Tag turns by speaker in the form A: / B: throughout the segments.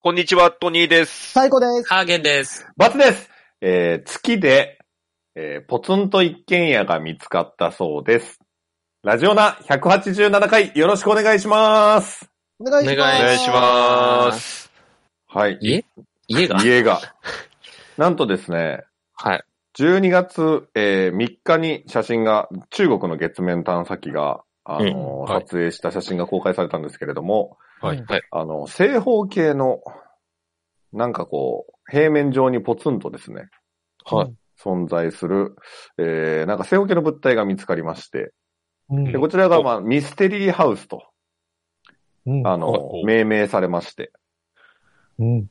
A: こんにちは、トニーです。
B: 最高です。
C: ハーゲンです。
D: バツです。えー月で、えーポツンと一軒家が見つかったそうです。ラジオナ187回よろしくお願いします。
B: お願いします。。
C: お
A: お願いします。
D: はい。
C: 家家が
D: 家が。なんとですね、
C: はい。
D: 12月、え3日に写真が、中国の月面探査機が、あのー、
C: うんはい
D: 撮影した写真が公開されたんですけれども、
C: はい。はい。
D: あの、正方形の、なんかこう、平面上にポツンとですね、
C: はい
D: 存在する、えー、なんか正方形の物体が見つかりまして、
B: うん
D: で、こちらが、まあ、ミステリーハウスと、
B: うん
D: あの
C: は、い
D: 命名されまして、
B: うん
D: うん。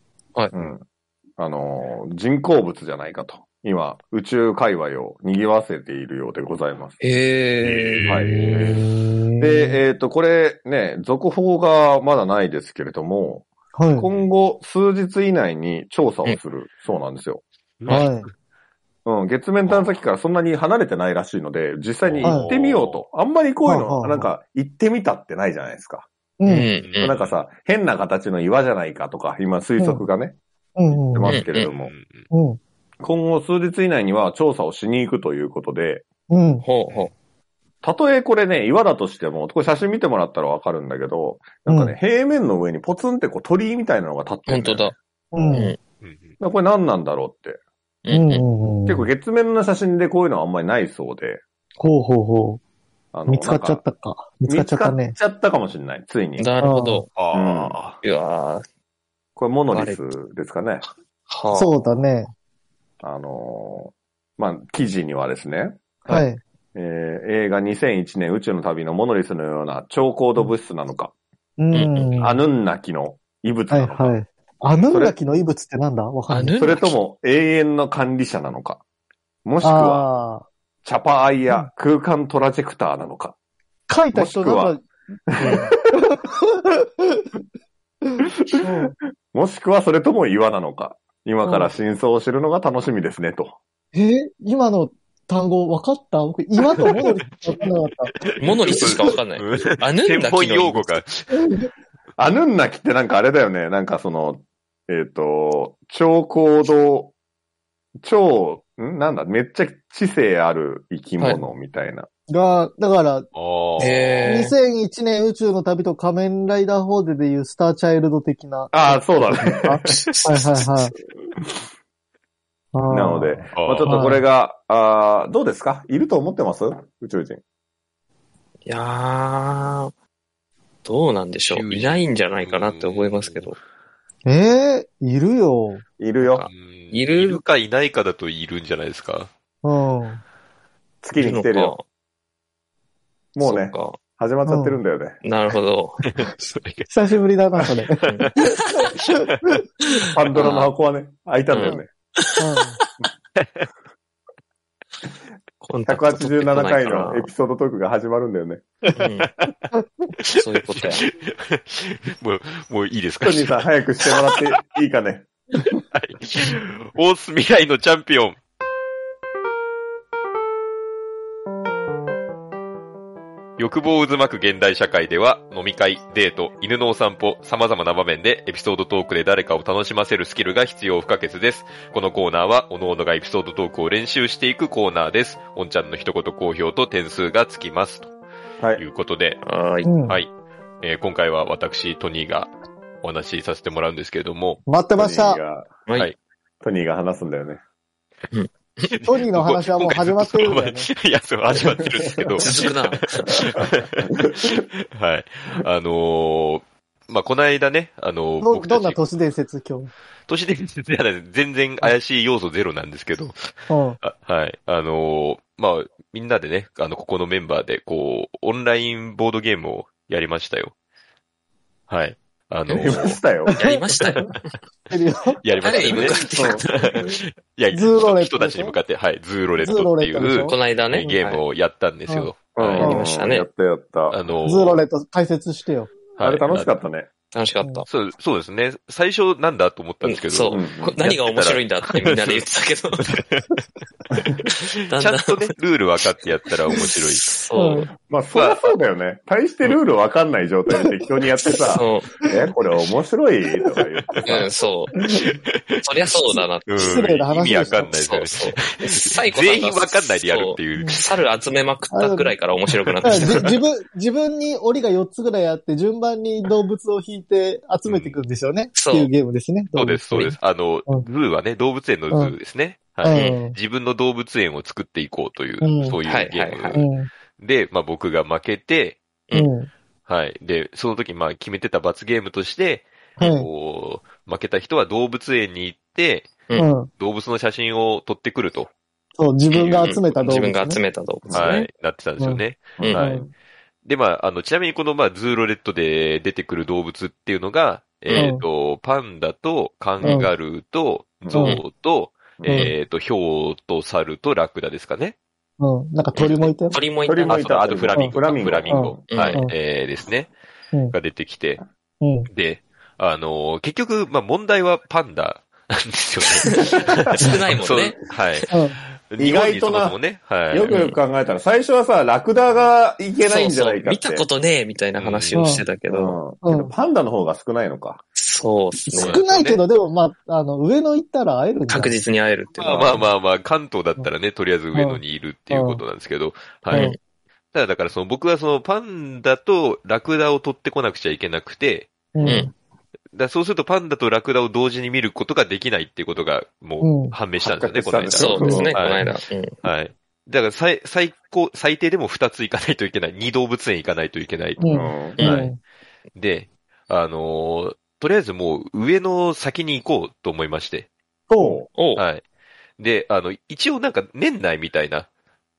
D: あの、人工物じゃないかと。今、宇宙界隈を賑わせているようでございます。
C: えー。
D: はい
B: うん
D: で、えっ、と、これね、続報がまだないですけれども、
B: はい。
D: 今後数日以内に調査をするそうなんですよ。
B: はい。
D: うん、月面探査機からそんなに離れてないらしいので、実際に行ってみようと。あんまりこういう
B: はいはいは
D: の、
B: い
D: なんか行ってみたってないじゃないですか。
B: う
C: うん
B: ん。
C: うん。
D: なんかさ、変な形の岩じゃないかとか、今推測がね、
B: うん。
D: 出
B: うん。
D: ますけれども、
B: うん。
D: 今後数日以内には調査をしに行くということで、
B: うん。
C: ほうほ
D: たとえこれね、岩だとしても、これ写真見てもらったらわかるんだけど、なんかね、
B: う
D: 平面の上にポツンってこう鳥居みたいなのが立っ
C: う。
D: てる
C: 本
D: んだ
C: 当
D: よ。
C: だ。
B: う
D: だ
B: ん。
D: からこれ何なんだろうって。
C: うんうん。
D: 結構月面の写真でこういうのはあんまりないそうで、
B: ほうほうほ
D: あ
B: う。
D: の
B: 見つかっちゃ
D: なん
B: ったか。見つかっちゃったね
D: 見つ。かっちゃったかもしれない、ついに。
C: なるほど。
A: あ
C: いやー。は
D: これモノリスですかね。
C: あ
B: そうだね。
D: あのーまあ、記事にはですね、
B: はい。
D: えー映画2001年宇宙の旅のモノリスのような超高度物質なのか、
B: うん。
D: ア
B: は
D: ヌンナキの異物
B: い
D: なのか、
B: はい。アヌンダキの遺物ってなんだわかんない。
D: それとも永遠の管理者なのか、もしくは
B: ああ。
D: チャパアイや空間トラジェクターなのか、
B: 書いた人なんか、 うん
D: もしくはそれとも岩なのか、今から真相を知るのが楽しみですね、と。
B: え今の単語分かった僕、岩とモノリス分かんなかった。
C: モノリスしかわかんない。
A: ー。
C: アヌン
A: 専
C: ダ
A: 門
C: キ
A: 用
C: の
A: 語が。
D: アヌンナキってなんかあれだよね、なんかその、えっ、と、超高度、超、んなんだ、めっちゃ知性ある生き物みたいな。
B: が、だから、
A: ああ。
C: えー。
B: 2001年宇宙の旅と仮面ライダー4ででいうスターチャイルド的な。
D: ああ、そうだね。
B: あはいはいはい。あー
D: なので、
A: あ
D: まあ、ちょっとこれが、あーどうですかいると思ってます宇宙人。
C: いやー。どうなんでしょう。いないんじゃないかなって思いますけど。
B: えー、いるよ。
D: いるよ。
C: い
A: い
C: る
A: るかいないかだといるんじゃないです か。
B: うん。
D: 月に来てるよ。
C: い
D: もう
C: そっ
D: ね、
C: か
D: 始まっちゃってるんだよね。
C: なるほ ど。
A: それが
B: 久しぶりだな、そ れ。うん。
D: パンドラの箱はね、開いたんだよね。
C: コンタクト取ってこな
D: 187
C: い
D: 回
C: か
D: の
C: ら
D: エピソードトークが始まるんだよね。
C: うんそういうことや。
A: もう、もういいです
D: ト
A: か
D: ニーさん、早くしてもらっていいかね。
A: オース未来のチャンピオン。欲望を渦巻く現代社会では、飲み会、デート、犬のお散歩、様々な場面でエピソードトークで誰かを楽しませるスキルが必要不可欠です。このコーナーは、各々がエピソードトークを練習していくコーナーです。おんちゃんの一言好評と点数がつきます。と
D: はい
A: いうことで、
C: はーい。
B: うん。
A: はい。えー今回は私、トニーがお話しさせてもらうんですけれども、
B: 待ってまし
D: トニー
B: た。
D: が
C: はい。
A: はい
D: トニーが話すんだよね。
B: トニーの話はもう始まってるんだよね。
A: いや、そう、始まってるんです けど。
C: 続くな。
A: はい。あのーまあ、この間ね、あのー
B: ど、
A: 僕た
B: どんな
A: ち、
B: 都市伝説今日。
A: 都市伝説じゃない全然怪しい要素ゼロなんですけど、
B: うん。
A: あはい。あのーまあ、みんなでね、あの、ここのメンバーで、こう、オンラインボードゲームをやりましたよ。はい。あの
D: やりま
A: ー
D: したよ。
C: やりましたよ。
B: て るよ。
A: やりました
C: 誰に
A: よ
C: 向
A: ね
C: か。って言う
A: いや、
B: ズーロレットでしょ
A: 人たちに向かって、はい、ズーロレッ
B: ズー
A: ト
B: ロ
A: って
B: レ
A: い
B: ットでし
A: う
B: ょ
C: この間ね。
A: ゲームをやったんですよ。
D: うん
A: はい
B: やり
C: ましたね
D: やったやった。
A: あのー
B: ズーロレット解説してよ。
D: あれ楽し
A: っ
D: かったね。
C: 楽しかった。
A: そう、そうですね。最初なんだと思ったんですけど。
C: そう
D: うん
C: こ何が面白いんだってみんなで言ってたけ ど。だ
A: ちゃんとね、ルール分かってやったら面白い。
C: そう。
D: まあ、そりゃそうだよね。大してルールわかんない状態で適当にやってさ、
C: そ
D: え、これ面白いとか言って
C: う。うん、そう。そりゃ そうだな。
A: うん、
B: 失礼な
A: 意
B: 話で
A: 味
B: した
A: わかんないです
C: そ
A: よ
C: う
A: ね。
C: そう。最後
A: 全員わかんないでやるっていう。
C: 猿集めまくったぐらいから面白くなって
B: だから
C: きた。
B: じ自分、自分に檻が4つぐらいあって、順番に動物を引いて集めていくんでしょうね。
C: そ
B: っ
C: う
B: ていうゲームですね。
A: そうです、そうです。あの、
B: うん
A: ズーはね、動物園のズーですね。
B: 動
A: はい。
B: 物。
A: 自分の動物園を作っていこうという、
B: うん
A: そういうゲームで、
C: はいはい
B: うん。うん。
A: まあ僕が負けて、
B: うん。
A: はい。で、その時まあ決めてた罰ゲームとして、
B: はい。
A: こう負けた人は動物園に行って、
B: うん。
A: 動物の写真を撮ってくると、
B: そう、自分が集めた動物、
C: 自
B: ね。
C: 分が集めた動物
A: は
C: ね
A: い。、なってたんですよね。
C: うんうん
A: は
B: う
A: い
B: ん。
A: で、まあ、あの、ちなみにこの、まあ、ズーロレットで出てくる動物っていうのが、えっ、と、パンダと、カンガルーと、
D: うん
A: ゾウと、
D: うん
A: えっ、と、ヒョウと、サルと、ラクダですかね。
B: うん。なんか鳥もいたよ。
C: 鳥もいた。
D: 鳥も
A: あ、
D: い
A: そうあと、フラミンゴ。
D: フラミンゴ
B: うん
A: はい、
B: うん
A: えーですね。
B: うん
A: が出てきて。
B: うん。
A: で、あのー結局、まあ、問題はパンダなんですよね。
C: 少 ないもん
A: そう
C: ね。。
A: はい。
B: うん。
D: 意外とな
A: 日本にそもそもね、はい。
D: よくよく考えたら、最初はさ、ラクダがいけないんじゃないかって。
C: そうそう見たことねえみたいな話をしてたけど。
D: うん
B: うん
D: けどパンダの方が少ないのか。
C: そうです
A: う
B: 少
C: ね
A: ん。
B: ないけど、でも、まあ、あの、上野行ったら会えるんじゃな
C: 確
B: い
C: 実に会えるっていう
A: ま
C: の
A: あ
C: は。
A: まあまあまあ、関東だったらね、とりあえず上野にいるっていうことなんですけど、は
B: う
A: い
B: ん。
A: ただだからその僕はそのパンダとラクダを取ってこなくちゃいけなくて、
B: う
C: うん
B: ん。
A: だそうするとパンダとラクダを同時に見ることができないっていうことがも
B: うん
A: う判明したんですよね、
D: 発
A: こ
D: 覚
A: の
D: し
A: 間。
D: たん
C: そうですね、こ
A: はい
C: の間。うん
A: はい。だから最、最高、最低でも2つ行かないといけない。2動物園行かないといけない。
B: う。
D: うんん。
C: うん
A: はいで、あのーとりあえずもう上の先に行こうと思いまして。
B: そ
C: おう
A: はい。で、あの、一応なんか年内みたいな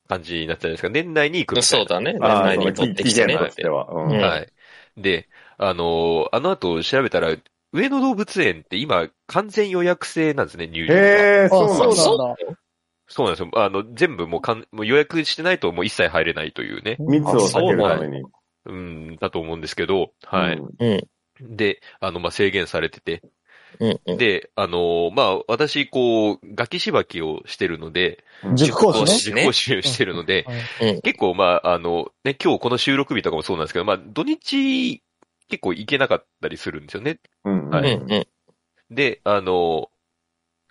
A: 感じになったじゃないですか。年内に行くみたい
C: そ
A: な。
C: うだね。年
D: ああ
C: 内に取ってきてね
D: 期限
C: っ
D: としてて。は。うん
C: うん
A: はい。で、あのーあの後調べたら、上野動物園って今、完全予約制なんですね、入場が。
D: へえ、
B: う。
D: そう
B: あ、
D: なんだ。
B: そうなんだ。
A: そうなんですよ。あの、全部もうかんもう予約してないともう一切入れないというね。
D: 密を避けるために。
A: うん、だと思うんですけど、はい。
D: うん
C: うん。
A: で、あの、まあ、制限されてて。
C: うんうん。
A: で、あのーまあ、私、こう、ガキしばきをしてるので、
B: 塾講師
A: 講
B: ね。
A: 師塾講師をしてるので、
C: うん
A: 結構、まあ、あの、ね、今日この収録日とかもそうなんですけど、まあ、土日、結構行けなかったりするんですよね。
D: うん。
A: は
C: うん
A: い
C: うん。
A: で、あの、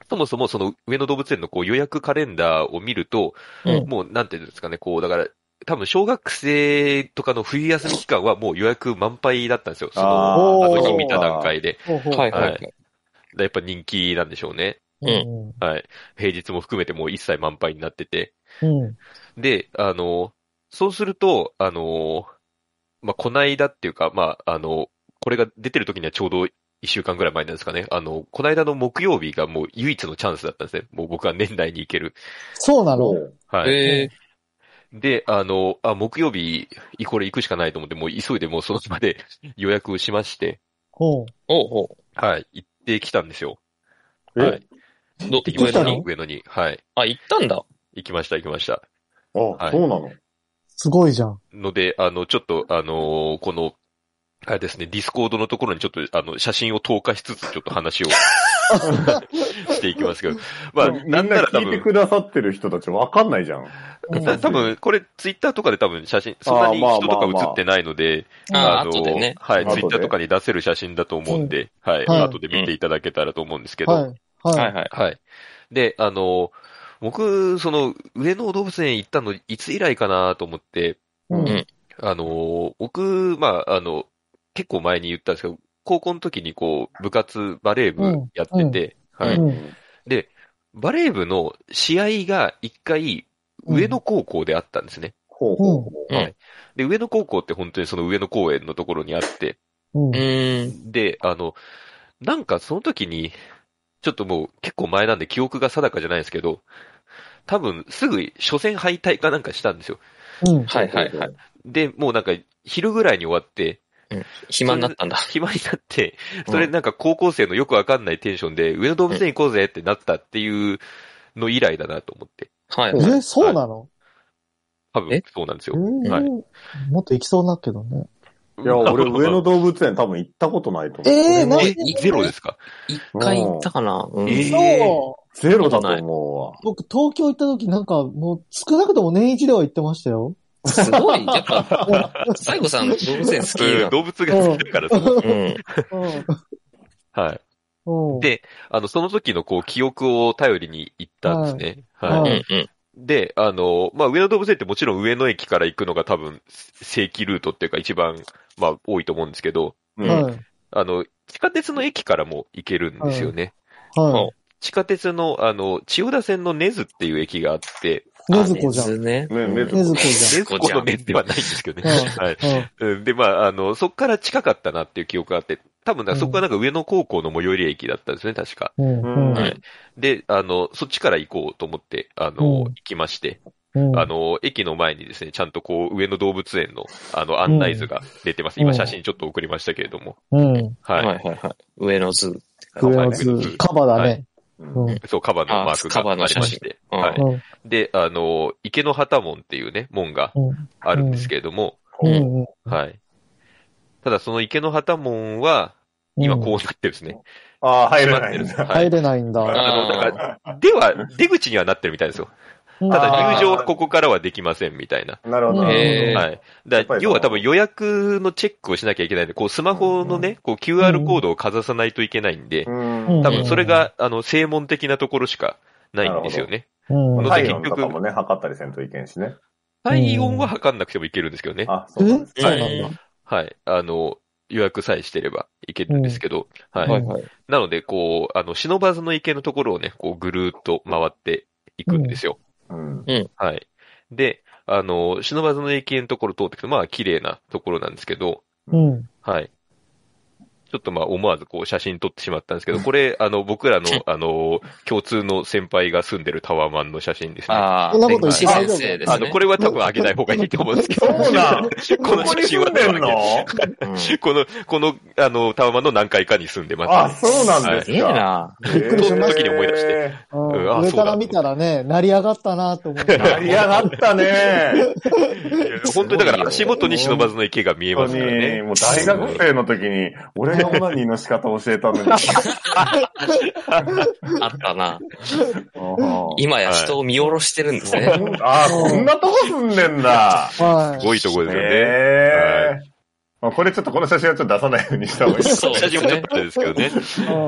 A: そもそもその上野動物園のこう予約カレンダーを見ると、
C: うん
A: もうなんていうんですかね、こう、だから、多分小学生とかの冬休み期間はもう予約満杯だったんですよ。その、あ
D: あー
A: の
B: そう
A: 日
B: か
A: 見た段階で。
B: ほうほう
C: はいはいはい。
A: だやっぱ人気なんでしょうね。
B: うん。
A: はい。平日も含めてもう一切満杯になってて。
B: うん。
A: で、あの、そうすると、あの、まあ、こないだっていうか、まあ、あの、これが出てる時にはちょうど一週間ぐらい前なんですかね。あの、こないだの木曜日がもう唯一のチャンスだったんですね。もう僕は年内に行ける。
B: そうなの
D: う
A: はい。
C: え
A: で、あの、あ、木曜日、いこれ行くしかないと思って、もう急いでもうその場で 予約をしまして、
B: ほ
C: おうおう。
A: はい、行ってきたんですよ。
D: え
A: はい。
B: 行
C: ど
B: って
A: 上
B: き
A: 野
B: た
A: に
B: の、
A: 上野に。はい。
C: あ、行ったんだ。
A: 行きました、行きました。
D: ん。
A: は
D: あ、
A: い
D: そうなの
B: すごいじゃん。
A: ので、あの、ちょっと、あのーこの、あれですね、ディスコードのところにちょっと、あの、写真を投下しつつ、ちょっと話をしていきますけど。まあ、
D: みん
A: な
D: なん
A: なら多
D: 聞いて
A: 分、
D: くださってる人たちわかんないじゃん。
B: うん
A: た多分、これ、ツイッターとかで多分写真、そんなに人とか映ってないので、
C: あ
A: の、
C: 後でね。
A: はい、
D: 後
A: ツ
D: で
A: イッターとかに出せる写真だと思うんで、はい、
B: はい
A: 後で見ていただけたらと思うんですけど、
B: は
A: はい。
B: い。は
C: はい
B: い。
C: はい。
A: で、あの、僕、その、上野動物園行ったの、いつ以来かなと思って、
B: うん。
A: あの、僕、まあ、あの、結構前に言ったんですけど、高校の時にこう、部活、バレー部やってて、
C: うん
A: はい。
B: うん
A: で、バレー部の試合が一回、上野高校であったんですね。
D: ほうほうほう。
A: で、上野高校って本当にその上野公園のところにあって、
B: うん
C: う。ーん。
A: で、あの、なんかその時に、ちょっともう結構前なんで記憶が定かじゃないですけど、多分すぐ初戦敗退かなんかしたんですよ。
B: うん。
C: はいはいはい。
A: で、もうなんか昼ぐらいに終わって、
C: 暇になったんだ。
A: 暇になって、それなんか高校生のよくわかんないテンションで、上野動物園行こうぜってなったっていうの以来だなと思って。
C: はい。
B: え、そうなの
A: 多
C: え
A: 分そうなんですよ。
B: うん
A: はい
B: もっと行きそうだけどね。
D: いや、俺上野動物園多分行ったことないと思う。
B: ええー、な
A: え
B: い、
A: ゼロですか
C: 一回行ったかな。うん
A: え
B: そう。
D: ゼロだと思
B: 僕、東京行った時なんか、もう少なくとも年一では行ってましたよ。
C: すごい、やっぱ、西郷さん動物園好き
A: うん
C: だ。
A: 動物が好きだからさ。
C: うん。
B: う
A: はい。
B: ん。うん
A: であの、その時のこう、記憶を頼りに行ったんですね。
B: はい
A: は
C: う
A: い。
C: んうん。
A: で、あの、まあ、上野動物園ってもちろん上野駅から行くのが多分、正規ルートっていうか一番、まあ、多いと思うんですけど、
D: う。うん。
B: はい。
A: あの、地下鉄の駅からも行けるんですよね。
B: はい。
A: 地下鉄の、あの、千代田線の根津っていう駅があって、
B: ねずこじゃ
C: あ
B: ん。
C: 根津
D: ね
C: ね。うん
D: 根
B: ね
D: 津
B: ずこじ
C: 根
A: 根
C: 津
A: 津湖
C: 子じゃん
A: の根津ではないんですけど
B: う
A: ね。
B: ん
A: はい。
B: ゃん。うん
A: うんで、まあ、あの、そこから近かったなっていう記憶があって、多分な、
B: うん
A: そこはなんか上野高校の最寄り駅だったんですね、確か。
B: うん。
A: はい。で、あの、そっちから行こうと思って、
B: う
A: あの、
B: ん
A: 行きまして、
B: うん。
A: あの、駅の前にですね、ちゃんとこう、上野動物園の、あの、案内図が出てます。今
B: うん
A: 写真ちょっと送りましたけれども。
B: うん。
A: はい。
C: はいはいはい。上野ズー。
B: 上
A: は
B: の
A: い
B: 図。カバーだ
D: う
B: ね。
D: ん
B: うん
A: そう、カバのマークが
C: あカバ
A: あ
C: の
A: り
C: 写
A: ま
C: 真
A: して。
C: うん
A: はい。
B: うん。
A: で、あの、池の旗門っていうね、門が
B: うん。
A: あるんですけれども、
B: うん。うん
A: はい。ただ、その池の旗門は、今こうなってるんですね。
D: ああ、入
A: 閉
D: れ
A: ま
D: な
A: って
D: い
A: るん
D: ん
A: です。
D: だ。
A: はい
B: 入。れないんだ。
A: あの、
C: あー
A: だから、では、出口にはなってるみたいですよ。
B: た
A: ただ、
D: あー
A: 入場はここからはできませんみたいな。
D: なるほど。
C: へー
A: はい。
D: や
A: だ
D: っ
A: か
D: ぱ
A: ら
D: り
A: 要は多分予約のチェックをしなきゃいけないんで、こう、スマホのね、こう、QR コードをかざさないといけないんで
D: う、。
B: うんん
A: 多分それが、あの、正門的なところしかないんですよね。
B: うん。
A: の
D: 体温とかもね、測ったりせんといけんしね。
A: 体温は測んなくてもいけるんですけどね。
D: あ、そうなん
B: え
D: です。
B: そうな
C: はい
B: んだ。
A: はい。あの、予約さえしてればいけるんですけど、
B: ん
A: は
C: はいい。はい。
A: なので、こう、あの、忍ばずの池のところをね、こう、ぐるーっと回っていくんですよ。
D: うん。
A: はい。で、あの、忍ばずの駅のところ通ってくと、まあ、綺麗なところなんですけど、
B: うん。
A: はい。ちょっとまあ、思わずこう、写真撮ってしまったんですけど、こ れ、あの、僕らの、あの、共通の先輩が住んでるタワーマンの写真ですね。
C: あ
B: そん
C: あ、
B: なこと言って
C: 歴史先生です
A: あ
C: ね
A: の、。これは多分上げない方がいいと思うんですけど。
D: そうなん
A: この写真は
D: ここに住んでんの
C: うん
A: この、この、あの、タワマンの何階かに住んでます、
D: あ、そうなんですす
C: げえ
D: か。
C: な。
D: びっ
B: くりしました
A: 時に思い出して。うんあ
B: 上から見たらね、成り上がったなと思って。
D: やりやがったね。
A: 本当にだから足元に忍ばずの池が見えま
D: 本
A: す
D: 当
A: から
D: に、
A: ね。
D: もう大学生の時に、俺がオナニーの仕方を教えたのに。あ
C: あったな。
D: ー
C: 今や人を見下ろしてるんですね。
D: あー、こんなとこ住んでんだ。
A: す
B: は
A: ごいところですよね。
D: ええ。まあこれちょっとこの写真はちょっと出さないようにした方がいい。
C: そう
A: 写
C: で
A: 真
C: す
A: もち
C: ね。
A: ょっとあれですけどね。
B: い。う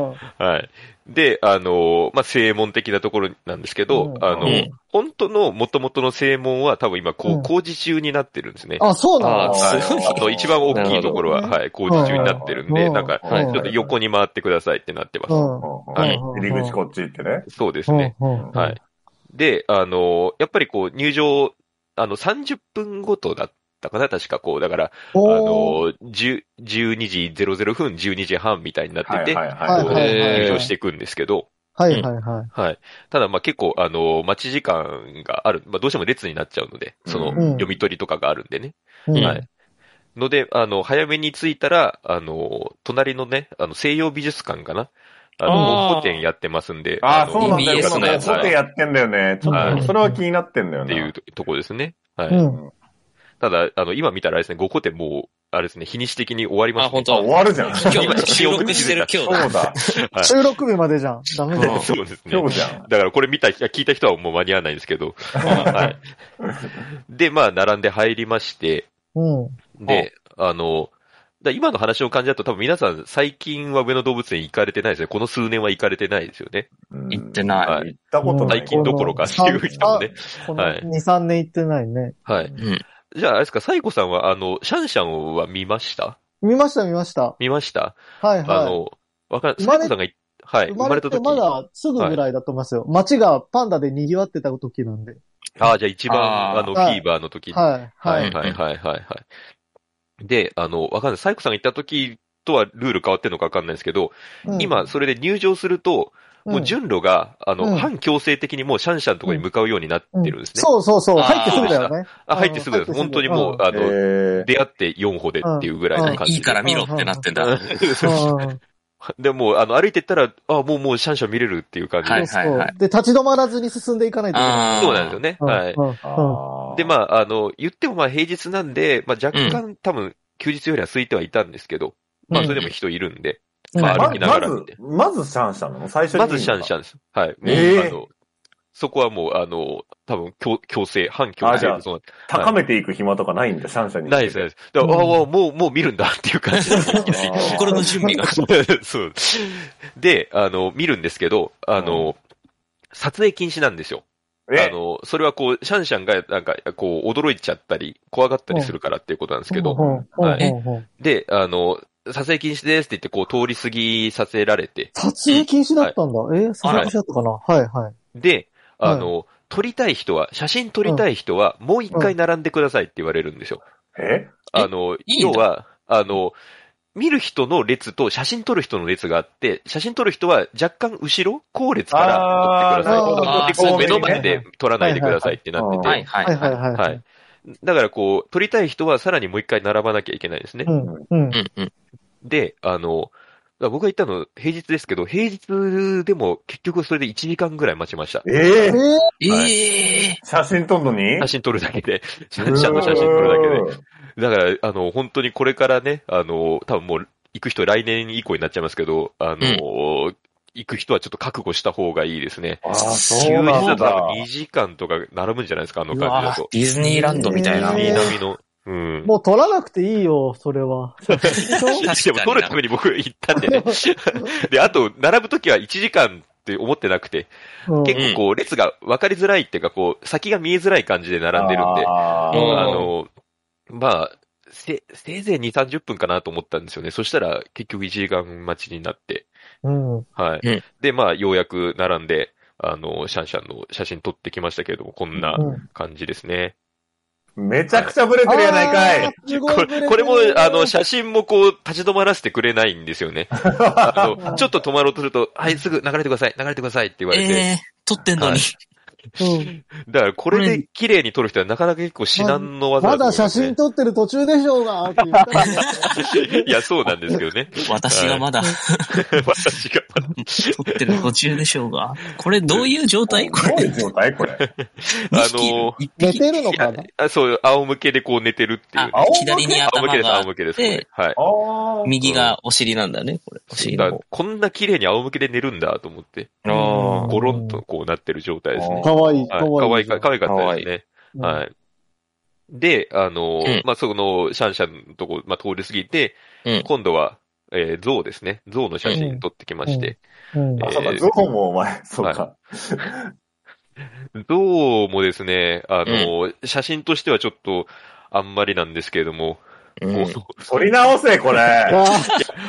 B: ん
A: はい。で、あの、まあ、正門的なところなんですけど、
B: うん
A: あの、
C: うん
A: 本当の元々の正門は多分今こう、
B: うん
A: 工事中になってるんですね。
B: あ、そうな
C: あ
B: ん
C: あ、
B: だ。
C: すごい。
A: あの、一番大きいところは、
B: なるほど
A: はい、工事中になってるんで、
B: うん
A: なんか、ち
C: はい
A: ょっと横
D: に。
A: に回ってくださいってなってます。
B: うん。
D: はい
B: うん
D: 入り口こっち行ってね。
A: そうですね。
B: うん
A: はい。。で、あの、やっぱりこう、入場、あの、30分ごとだったかな、確かこう、だから、あ
B: おー
A: の、10 12時00分、12時半みたいになって
D: はい
A: て、
D: はい
A: こ
B: は
A: う
B: いはいはい
A: 入場していくんですけど、
B: はいはいはい。
A: はい。ただ、まあ結構、あの、待ち時間がある、まあどうしても列になっちゃうので、その、
D: うん
A: 読み取りとかがあるんでね。
B: うん
A: はい。ので、あの、早めに着いたら、あの、隣のね、あの、西洋美術館かなあ
C: あ
A: の、
C: ー
A: 古典やってますんで、
D: ああ、
A: の
D: そうなんだよ。
C: EBS
D: こ
C: のや
D: の
C: つ
D: ホテやってんだよね。ちょっ
A: は
D: と、
A: い
D: それは気になってんだよ
A: っ
D: ね。
A: ていうとこですね。はい。
B: うん。
A: ただ、あの、今見たらあれですね、5個展もう、あれですね、日にち的に終わり
C: あ、
A: ますね
C: 本。
D: あ、終
C: 当。
D: わるじゃん。そ
C: 今日、収録してる今日だ。
D: うだ。
B: 収録日までじゃん。ダメだよ。
A: そうですね
D: 今。日じゃん。
A: だからこれ見た、聞いた人はもう間に合わないんですけど。はい。で、まあ、並んで入りまして、
B: うん。
A: で、あの、だ今の話の感じだと多分皆さん最近は上野動物園行かれてないですね。この数年は行かれてないですよね。
D: うん
C: 行ってな
A: はい
D: 行ったことない。
A: 最近どころかっていう人もね。
B: この
A: はい
B: 2、3年行ってないね。
A: はい。
C: い。うん。
A: じゃあ、あれですか、サイコさんはあの、シャンシャンは見ました
B: 見ました見ました。
A: 見ました
B: はい
A: あ
B: は
A: の、わかん、
B: 生
A: サ
B: ま
A: イ
B: れ
A: コさんがい、はい、
B: い。
A: 生まれた
B: て
A: 時。
B: まだすぐぐらいだと思いますよ。街がパンダで賑わってた時なんで。
A: ああ、じゃあ一番、
C: あー
A: あの、フ
B: はい
A: ィーバーの時に
B: はい
A: は
B: はいい。
A: はいはいはいはい。で、あの、わかんない。サイコさんが行った時とはルール変わってるのかわかんないですけど、
B: うん、
A: 今それで入場すると、もう順路が、あの、
B: うん
A: 反強制的にもうシャンシャンのところに向かうようになってるんですね。
B: そうそうそう。入ってすぐだよね。
A: あ、入ってすぐです。
B: うん
A: 本当にもう、あ
D: え
A: の、
D: ー
A: 出会って4歩でっていうぐらいの感じで。
C: いいから見ろってなってんだ。
A: うん
C: は
B: うん
A: でも、あの、歩いてったら、あ、もうもうシャンシャン見れるっていう感じで。
C: いはいはい。
B: で、立ち止まらずに進んでいかないといけない。
C: ああ。
A: そうなんですよね。はい。
B: うんうん
D: あー
A: で、まあ、あの、言ってもまあ平日なんで、まあ若干多分、休日よりは空いてはいたんですけど、まあそれでも人いるんで、まあ
E: ま
A: 歩きながら
E: ま
A: 見て
E: ず、まずシャンシャンなの最初に。
A: まずシャンシャン
E: ン。
A: です。はい。もう
E: ええ
A: あの、そこはもう、あの、多分強強制、反強
E: あじ
A: 制
E: ゃあ
A: でそうなって
E: 高めていく暇とかないんだ、シャンシャンに。
A: ないです、ないです。だから、
B: うん
A: ああ、もう、もう見るんだっていう感 じで。
E: あー
C: 心の準備が。
A: そう。で、あの、見るんですけど、あの、撮影禁止なんですよ。あ
E: え
A: の、それはこう、シャンシャンがなんか、こう、驚いちゃったり、怖がったりするからっていうことなんですけど、はい
B: い。
A: で、あの、撮影禁止ですって言って、こう、通り過ぎさせられて、
B: 撮影禁止だったんだ。えー撮影禁止だったかなはいはい。
A: で、あの、撮りたい人は、写真撮りたい人は、もう一回並んでくださいって言われるんですよ。
E: え
C: え
A: あの、
C: いいんだ
A: 要は、あの、見る人の列と写真撮る人の列があって、写真撮る人は若干後ろ、後列から
B: あー
A: 撮ってくだ
B: なるほ
A: さ
C: ど
A: い。で、こ
C: そ
A: う
C: うい
A: 目
C: うね
A: の前で撮らないでくださいってなってて。
C: はいはい。
B: はいはいはい。
A: は。
B: はい
A: だからこう、撮りたい人はさらにもう一回並ばなきゃいけないですね
B: う。ん。うん
C: う。んうん。
A: で、あの、だから僕が言ったの平日ですけど、平日でも結局それで1時間ぐらい待ちました。
E: え
B: え
E: ー
B: ー
C: ええ
E: 写真撮んのに
A: 写真撮るだけで、シャンシャンの写真撮るだけで。
E: だけで。
A: だから、あの、本当にこれからね、あの、多分もう、行く人来年以降になっちゃいますけど、あの、行く人はちょっと覚悟した方がいいですね。
E: ああ、そ
A: 休
E: う
A: 日
E: な
A: だ
E: ん
A: と
E: だ
A: 多。分2時間とか並ぶんじゃないですか、あの
C: う
A: 感じ
C: わ
A: だと。
C: ディズニーランドみたいな。
B: え
A: ディズニー
B: ー
A: 並みの。うん。
B: もう撮らなくていいよ、それは。
A: いや でも撮るために僕行ったんで ね。で、あと、並ぶときは1時間って思ってなくて、
B: うん
A: 結構こう、列が分かりづらいっていうか、こう、先が見えづらい感じで並んでるんで、
E: あ
C: う
E: ー
C: ん
A: あの、まあ、せ、せいぜい2、30分かなと思ったんですよね。そしたら、結局1時間待ちになって、
B: うん。
A: はい。
C: うん
A: で、まあ、ようやく並んで、あの、シャンシャンの写真撮ってきましたけれども、こんな
B: うん
A: 感じですね。
E: めちゃくちゃブレてるやないかい。
B: あーすご
A: こ
B: いブレて
A: れ、
B: る
A: これも、あの、写真もこう、立ち止まらせてくれないんです よね。あの、ちょっと止まろうとすると、はい、すぐ流れてください、流れてくださいって言われて、
C: ええ撮ってんの
A: はい
C: に。
B: うん
A: だからこれで綺麗に撮る人はなかなか結構至難の技
B: ま
A: と思
B: だ
A: い
B: 写
A: ますね
B: 真撮ってる途中でしょうが、って言ったら
A: いや、そうなんですけどね。
C: 私がまだ
A: 私が。
C: 撮ってる途中でしょうが。これどういう状態これ。
E: どういう状態これ。
A: あの
C: 2匹いる一
B: 寝
C: 匹
B: てるのかな
A: ああそう、仰向けでこう寝てるっていうね、
C: あ、左に
A: 仰
C: 頭
A: 向けです、
C: があ
A: 仰
C: っ
A: 向けです、これ
C: て、
A: はい。
E: ああ。
C: 右がお尻なんだね、これ。お尻
A: だ
C: の
A: から
C: 方。
A: こんな綺麗に仰向けで寝るんだと思って、
B: あー
A: ゴロンとこうなってる状態ですね。
B: かわいい、か
A: はい、かわ
B: わ
A: い
B: いい。
A: か、かわいかったですね。
B: いい
A: はい。で、あのー
C: うん
A: まあ、その、シャンシャンのとこ、まあ、通り過ぎて、
C: うん
A: 今度は、えー、象ですね。象の写真撮ってきまして、
B: うん
A: え
E: あ、
A: ー
E: そうか、ゾウもお前、そうか。
A: 象もですね、あのー写真としてはちょっと、あんまりなんですけれども、
C: うん
A: もう
E: 撮り直せ、こ れ。
B: あー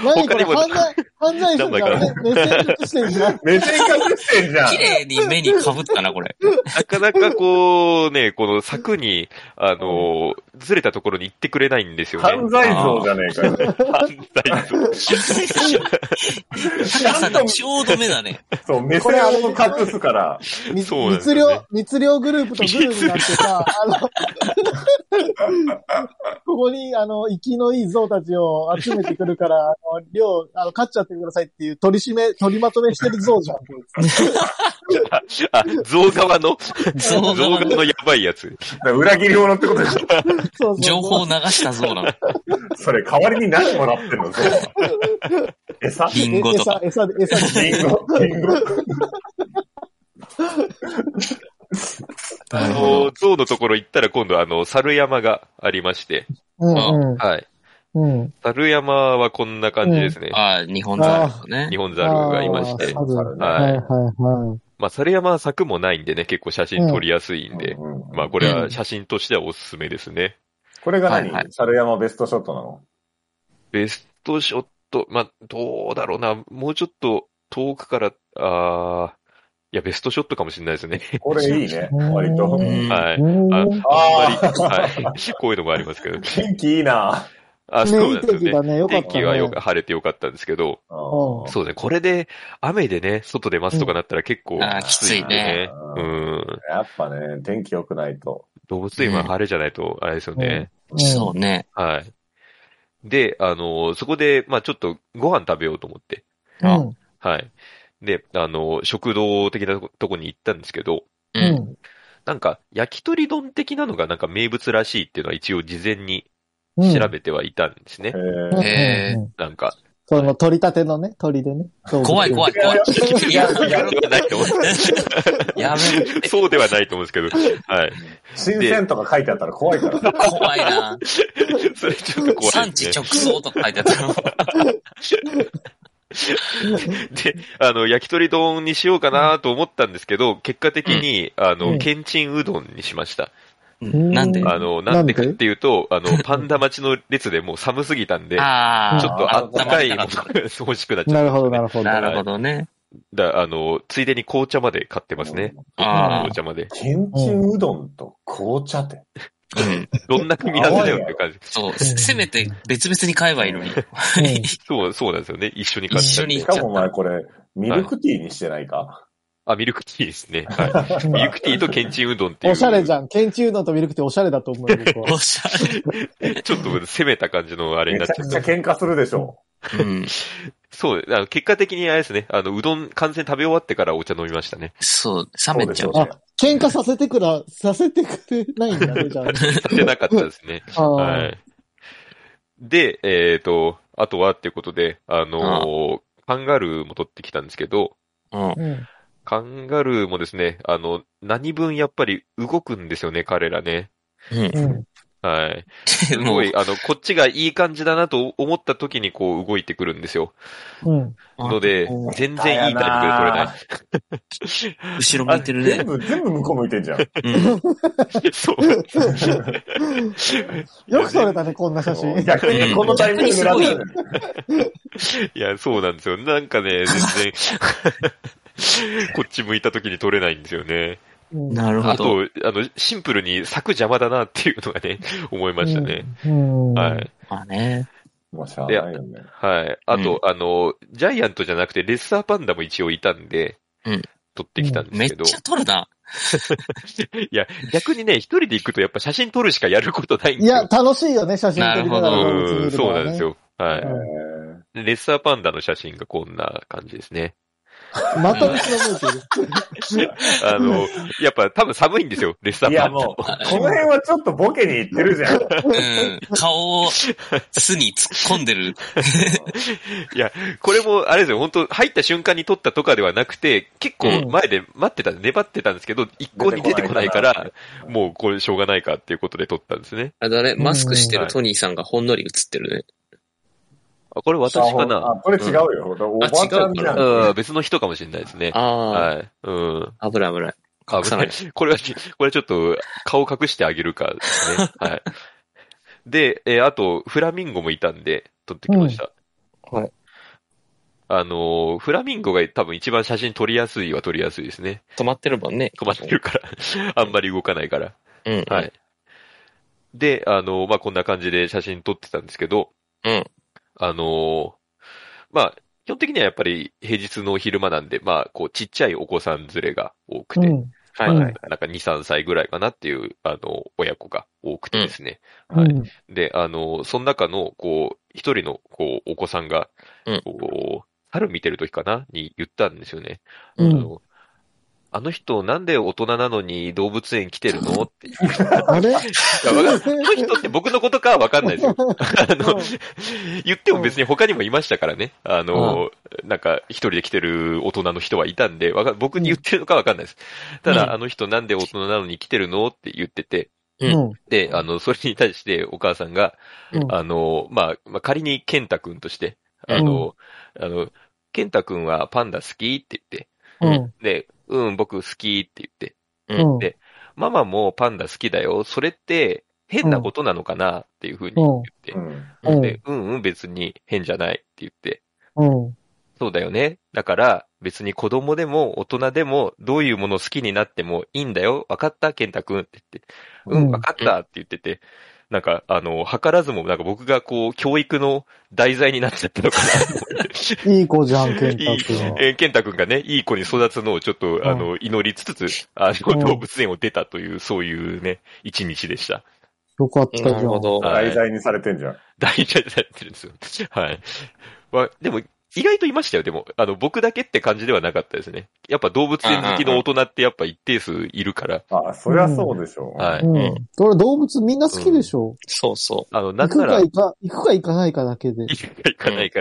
B: 何こ
A: 他に
B: れ
A: も
B: 犯罪、犯罪 者からね 目線移してるじゃん。
E: 目線隠してんじゃん
C: 綺。麗に目に被ったな、これ。
A: なかなかこうね、この柵に、あのーずれたところに行ってくれないんですよね。
E: 犯罪像じゃねえかよ。
A: 犯罪像
C: 高さがちょうど目だね。
E: そう、目線を隠すから。
B: み
A: そうなんです
B: 密
A: よね
B: 漁、密漁グループとグルーになってさ、あの、こ こに、あの、生きのいい象たちを集めてくるから、あの、量、あの、飼っちゃってくださいっていう取り締め、取りまとめしてる象じゃ ん。
A: あ、象側の、
C: 象
A: 象
C: 側
A: 側のやばいやつ。
E: だから裏切り者ってことでしょ。
B: そうそうそう
C: 情報を流したそうなの。
E: それ、代わりに何もらってんの、ゾウは。餌
C: リンゴとか。
B: え餌、餌で、餌で。
E: リンゴ、リンゴ。
A: あの、象のところ行ったら今度あの、猿山がありまして。
B: うん
A: はい。
B: うん。うん。
A: 猿山はこんな感じですね。
C: ああ、日本ザルね
A: 日。本猿がいまして。
B: あー猿
A: は
B: はいいはいはい。
A: まあ、猿山は柵もないんでね、結構写真撮りやすいんで。
E: うん
A: まあ、これは写真としてはおすすめですね。
E: これが何、
C: はいはい
E: 猿山ベストショットなの
A: ベストショット、まあ、どうだろうな。もうちょっと遠くから、あーいや、ベストショットかもしれないですね。
E: これいいね、割
B: う
E: と。
C: うん
A: はい。あ
B: うん
A: あん
E: あ
A: ま
E: あ、
A: り、はい。 こういうのもありますけど。
E: 天気いいな。
A: あ、そうなん
B: ね、いい
A: です
B: 天気
A: よ
B: だ
A: ね。
B: ね。よかっ
A: 天
B: た、ね。
A: 気はよく、晴れてよかったんですけど、
E: うん
A: そうね、これで、雨でね、外で待つとかなったら結構
C: んあー
A: きついんで
E: き
A: ね。
E: ついね
A: うん。
E: やっぱね、天気良くないと。
A: 動物園は晴れじゃないと、あれですよね。
C: そうね。
A: はい。で、あの、そこで、まあちょっとご飯食べようと思って、
B: う
C: あ
B: ん。
A: はい。で、あの、食堂的なとこに行ったんですけど、
C: う。
B: うんん。
A: なんか、焼き鳥丼的なのがなんか名物らしいっていうのは一応事前に
B: うん
A: 調べてはいたんですね。
F: え
D: え
F: へー
B: うんうん
A: なんか、
B: その、取り立てのね、鳥でね。
F: 怖い怖
B: い。
F: い怖い。
E: いや、いや、
A: ではないと思うんで
F: やめろ。
A: す。そうではないと思うんですけど、はい。
E: 新鮮とか書いてあったら怖いから。
F: 怖いな。
A: それちょっと怖い
F: 産
A: です
F: 地
A: ね。
F: 直送とか書いてあったの。
A: で、あの、焼き鳥丼にしようかなと思ったんですけど、結果的に、あ
B: う
A: の、
B: ん
A: けんちんうどんにしました。
F: うんなんで
B: うん
A: あの、なんでか
B: なん
A: っ
B: で
A: ていうと、あの、パンダ待ちの列でもう寒すぎたんで、ちょ
F: ああ。
A: っとあったかいもの
F: あったまりたかっ
A: が欲しくなっちゃっ
B: な
A: た。
B: るほど、なるほ
F: た
B: ど。
F: なるほどね。
A: だあの、ついでに紅茶まで買ってますね。
F: あ
A: 紅茶まで。
E: けんちんうどんと紅茶って。
F: あ。うん。
A: どんな組み合わせだよって感じ。
F: そう。せめて別々に買えばいいのに。
A: そう、そうなんですよね。一緒に買っ
F: 一
A: ちゃ
F: 緒
A: う。
F: に
E: しかもお前これ、ミルクティーにしてないか
A: あ、ミルクティーですね。はい。
B: うん
A: ミルクティーとけんちんうどんっていう。
B: おしゃれじ
A: ゃ
B: ゃん。ケンチうどんとミルクティーおしゃれだと思うよ。僕
F: お
B: は
F: し
A: ん。ちょっと攻めた感じのあれ
E: め
A: に
E: ちゃ
A: なっちゃ
E: く
A: っ
E: ちゃ
A: た。
E: 喧嘩するでしょ。
F: ゃれ。うん。
A: そう、あの結果的にあれですね。あの、うどん完全に食べ終わってからお茶飲みましたね。
F: そう。冷めちゃう。
E: そ
B: あ、喧嘩させてくら、させてくれないんだね、じゃ
A: させなかったですね。
B: あ。
A: は
B: あ
A: い。で、えっ、と、あとはっていうことで、あのーカンガルーも取ってきたんですけど、
F: うん
B: ー。うん
A: カンガルーもですね、あの、何分やっぱり動くんですよね、彼らね。
F: うん。
B: うん。
A: はい。
F: ですも
A: ごい、あの、こっちがいい感じだなと思った時にこう動いてくるんですよ。
B: うん。
A: ので、全然いいタイミングで取れない。
F: 後ろ向いてるね
E: 全。部、全部向こう向いてんじゃん。
F: うん。
A: そう。
B: よく撮れたね、こんな写真。
E: 逆にこのタイミングで狙ってる。
A: いや、そうなんですよ。なんかね、全然、こっち向いた時に取れないんですよね。
B: うん
F: なるほ
A: あ
F: ど。
A: と、あの、シンプルに柵邪魔だなっていうのがね、 思いましたね。。
B: うん。
A: は。
B: はい
F: まあね。
E: もうしゃあないよね。
A: はい。あと、あの、ジャイアントじゃなくて、レッサーパンダも一応いたんで、
F: うん
A: 取ってきたんで
F: めっ
A: すけど、
F: ちゃ取るな。
A: いや、逆にね、一人で行くとやっぱ写真撮るしかやることないんで
B: い
A: すよ。
B: や、楽しいよね、写真撮りながら動物見
A: う
B: る
A: ん、そうなんです
B: よ。
A: よ。はい。
E: え
A: レッサーパンダの写真がこんな感じですね。
B: また後ろ向いてる。
A: あの、やっぱ多分寒いんですよ、レッサ
E: ーい
A: ーパ
E: や
A: ンダ
E: もう、この辺はちょっとボケに行ってるじゃん。
F: うん。顔を巣に突っ込んでる。
A: これも、あれですよ、本当入った瞬間に撮ったとかではなくて、結構前で待ってた、粘ってたんですけど、一向に出てこないから、もうこれしょうがないかっていうことで撮ったんですね。
C: あだね、マスクして
A: う
C: る
A: ん
C: トニーさんがほんのり映ってるね。
A: あこれ私か
E: あ、
A: な
E: これ違うよ。おばちゃんじゃん。
A: うん、別の人かもしれないですね。
C: あ
A: はい。うん。
C: あ、危ない危ない。
A: あ、
C: 隠
A: 危
C: さ
A: な
C: ないい。
A: これは、これはちょっと、顔隠してあげ るかですね。はい。で、えーあと、フラミンゴもいたんで、撮ってきました。
C: うんはい。
A: あのーフラミンゴが多分一番写真撮りやすいは撮りやすいですね。
C: 止まってるもんね。
A: 止まってるから。あんまり動かないから。
C: うん。
A: はい。で、あのーまあ、こんな感じで写真撮ってたんですけど、
C: うん。
A: あのーまあ、基本的にはやっぱり平日の昼間なんで、まあ、こう、ちっちゃいお子さん連れが多くて、
B: うん
C: はいはい。
A: なんか2、3歳ぐらいかなっていう、あの、親子が多くてですね。
B: う
A: はい。
B: ん。
A: で、あの、その中の、こう、一人の、こう、お子さんが
C: うん、
A: こう、猿見てる時かなに言ったんですよね。
B: うん
A: あの、あの人、なんで大人なのに動物園来てるのって。い
B: あれ
A: やわかんあの人って僕のことかはわかんな いですよ。あの
B: うん、
A: 言っても別に他にもいましたからね。あの、なんか、一人で来てる大人の人はいたんで、わか僕に言ってるのかわかんないです。た
F: うん
A: だ、あの人なんで大人なのに来てるのって言ってて、
B: うん。
A: で、あの、それに対してお母さんが、
B: うん
A: あの、まあ、まあ、仮に健太くんとして、あの、あの、健太くんはパンダ好きって言って、
B: うん。
A: で、うん、僕好きって言って、
B: うん。
A: でママもパンダ好きだよ。それって変なことなのかなっていうふうに言って、
E: うん
B: うん。
A: で、うんうん別に変じゃないって言って、
B: うん。
A: そうだよね。だから別に子供でも大人でもどういうもの好きになってもいいんだよ。わかった健太くんって言って。う
B: うん
A: ん、わかったって言ってて。なんか、あの、図らずも、なんか僕がこう、教育の題材になっちゃったのかなと思って。
B: いい子じゃん、ケンタ君は。
A: えー、健太くんがね、いい子に育つのをちょっと、あの、祈りつつ、あ
B: うん
A: の、動物園を出たという、そういうね、一日でした。
B: よかったじゃん。
C: なるほど。
A: はい
E: 題材にされてんじゃん。
A: 大体されてるんですよ。はい。まあ、でも、意外といましたよ、でも。あの、僕だけって感じではなかったですね。やっぱ動物園好きの大人ってやっぱ一定数いるから。
D: あ、そりゃそうでしょう。
A: は
B: う
A: い。
C: うん
B: ん。俺動物みんな好きでしょ。
C: そうそ
A: あの、な
B: 行
A: ん
B: く
A: なら、
B: か
A: 行
B: 行か、行くか行かないかだけで。
A: くか行かないか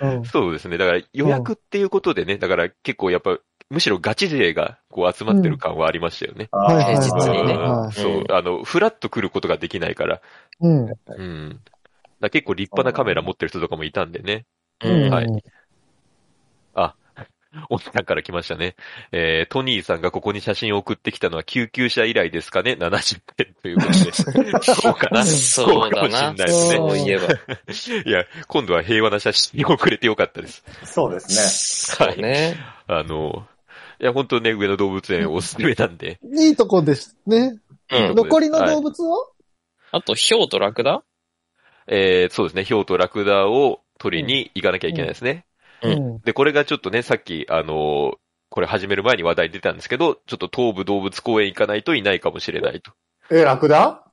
A: ら。
B: うん。
A: そうですね。だから予約っていうことでね、だから結構やっぱ、むしろガチ勢がこう集まってる感はありましたよね。
E: あー
B: はいはい
C: 平日にね
A: うん
B: は
A: そう、あの、フラッと来ることができないから。
B: うん。うん
A: うん。だから結構立派なカメラ持ってる人とかもいたんでね。
C: う。
A: ん
C: うん。
A: はい。あ、おっさんから来ましたね。えー、トニーさんがここに写真を送ってきたのは救急車以来ですかね ?70 点ということ で。そうかな
C: そうだな
A: かも。しれないですね。
C: そういえば。
A: いや、今度は平和な写真をくれてよかったです。
E: そうです
C: そうね。
A: あの、いや、本当ね、上野動物園おすすめなんで。
B: いいとこですね。
C: うん。
B: 残りの動物を
C: あと、ヒョウとラクダ
A: えー、そうですね、ヒョウとラクダを取りに行かなきゃいけないですね。
C: うん
B: ん。
A: で、これがちょっとね、さっき、あのーこれ始める前に話題出たんですけど、ちょっと東武動物公園行かないといないかもしれないと。
E: ね。え、ラクダ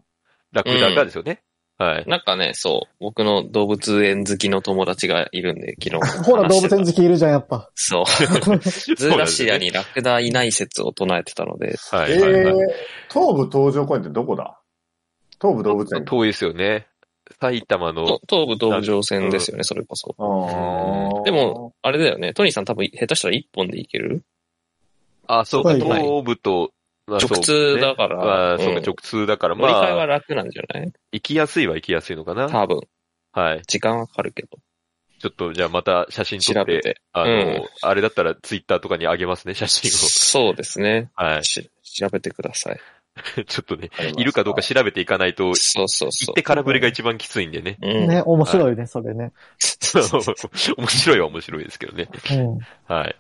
A: ラクダがですよね。はい。
C: なんかね、そう、僕の動物園好きの友達がいるんで、昨日。
B: ほら、動物園好
C: 好き。
B: きいるじゃん、やっぱ。
C: そう。ズーラシアにラクダいない説を唱えてたので、
A: そうなん
E: えー
A: ですよね。はい、はい、はい。
E: 東武東上公園ってどこだ東武動物園。
A: 遠いですよね。埼玉の
C: と、東武東武上線ですよね、それこそ。
E: あー
C: でも、あれだよね、トニーさん多分下手したら一本でいける
A: あ、そうか、
B: はい
C: はい
A: 東武と、まあ
C: 直通だか
A: そうね
C: ら。
A: あーそうか、
C: ん
A: 直通だから、
C: 乗り換えは
A: まあ、
C: 楽なんじゃない
A: 行きやすいは行きやすいのかな。
C: 多分。
A: はい。
C: 時間はかかるけど。
A: ちょっと、じゃあまた写真撮
C: 調
A: っ
C: べ
A: て、
C: て。
A: あ
C: う
A: の、
C: ん
A: あれだったらツイッターとかにあげますね、写真
C: そうですね。
A: を。はい。
C: し調べてください。
A: ちょっとね、
E: ありました
A: いるかどうか調べていかないと、行
C: そうそうそ
A: っ
C: う
A: て。空振りが一番きついんでね。
C: うん。
B: ね、面白いね、それね。
A: 面白いは面白いですけどね。
B: うん。
A: はい。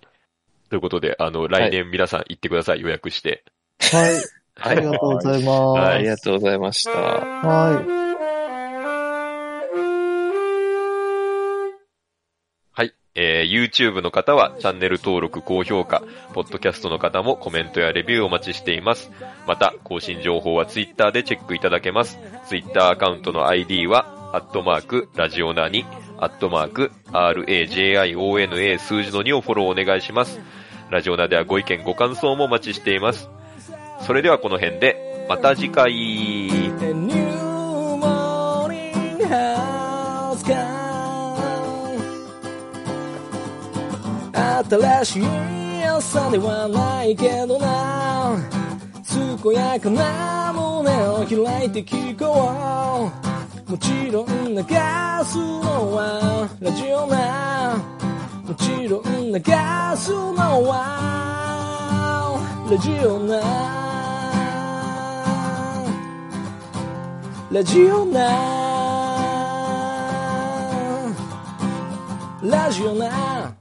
A: ということで、あの、来年皆さん行ってください、予約して。
B: はい。ありがとうございます。
A: は
C: ありがとうございました。
B: はい。
A: はい。えー、YouTube の方はチャンネル登録、高評価、Podcast の方もコメントやレビューをお待ちしています。また、更新情報は Twitter でチェックいただけます。Twitter アカウントの ID は、アットマーク、ラジオナに、アットマーク、RAJIONA 数字の2をフォローお願いします。ラジオナではご意見、ご感想もお待ちしています。それではこの辺で、また次回。
G: A new morning has come 新しい朝ではないけどな健やかな胸を開いて聞こうもちろん流すのはラジオなもちろん流すのはラジオなラジオなラジオな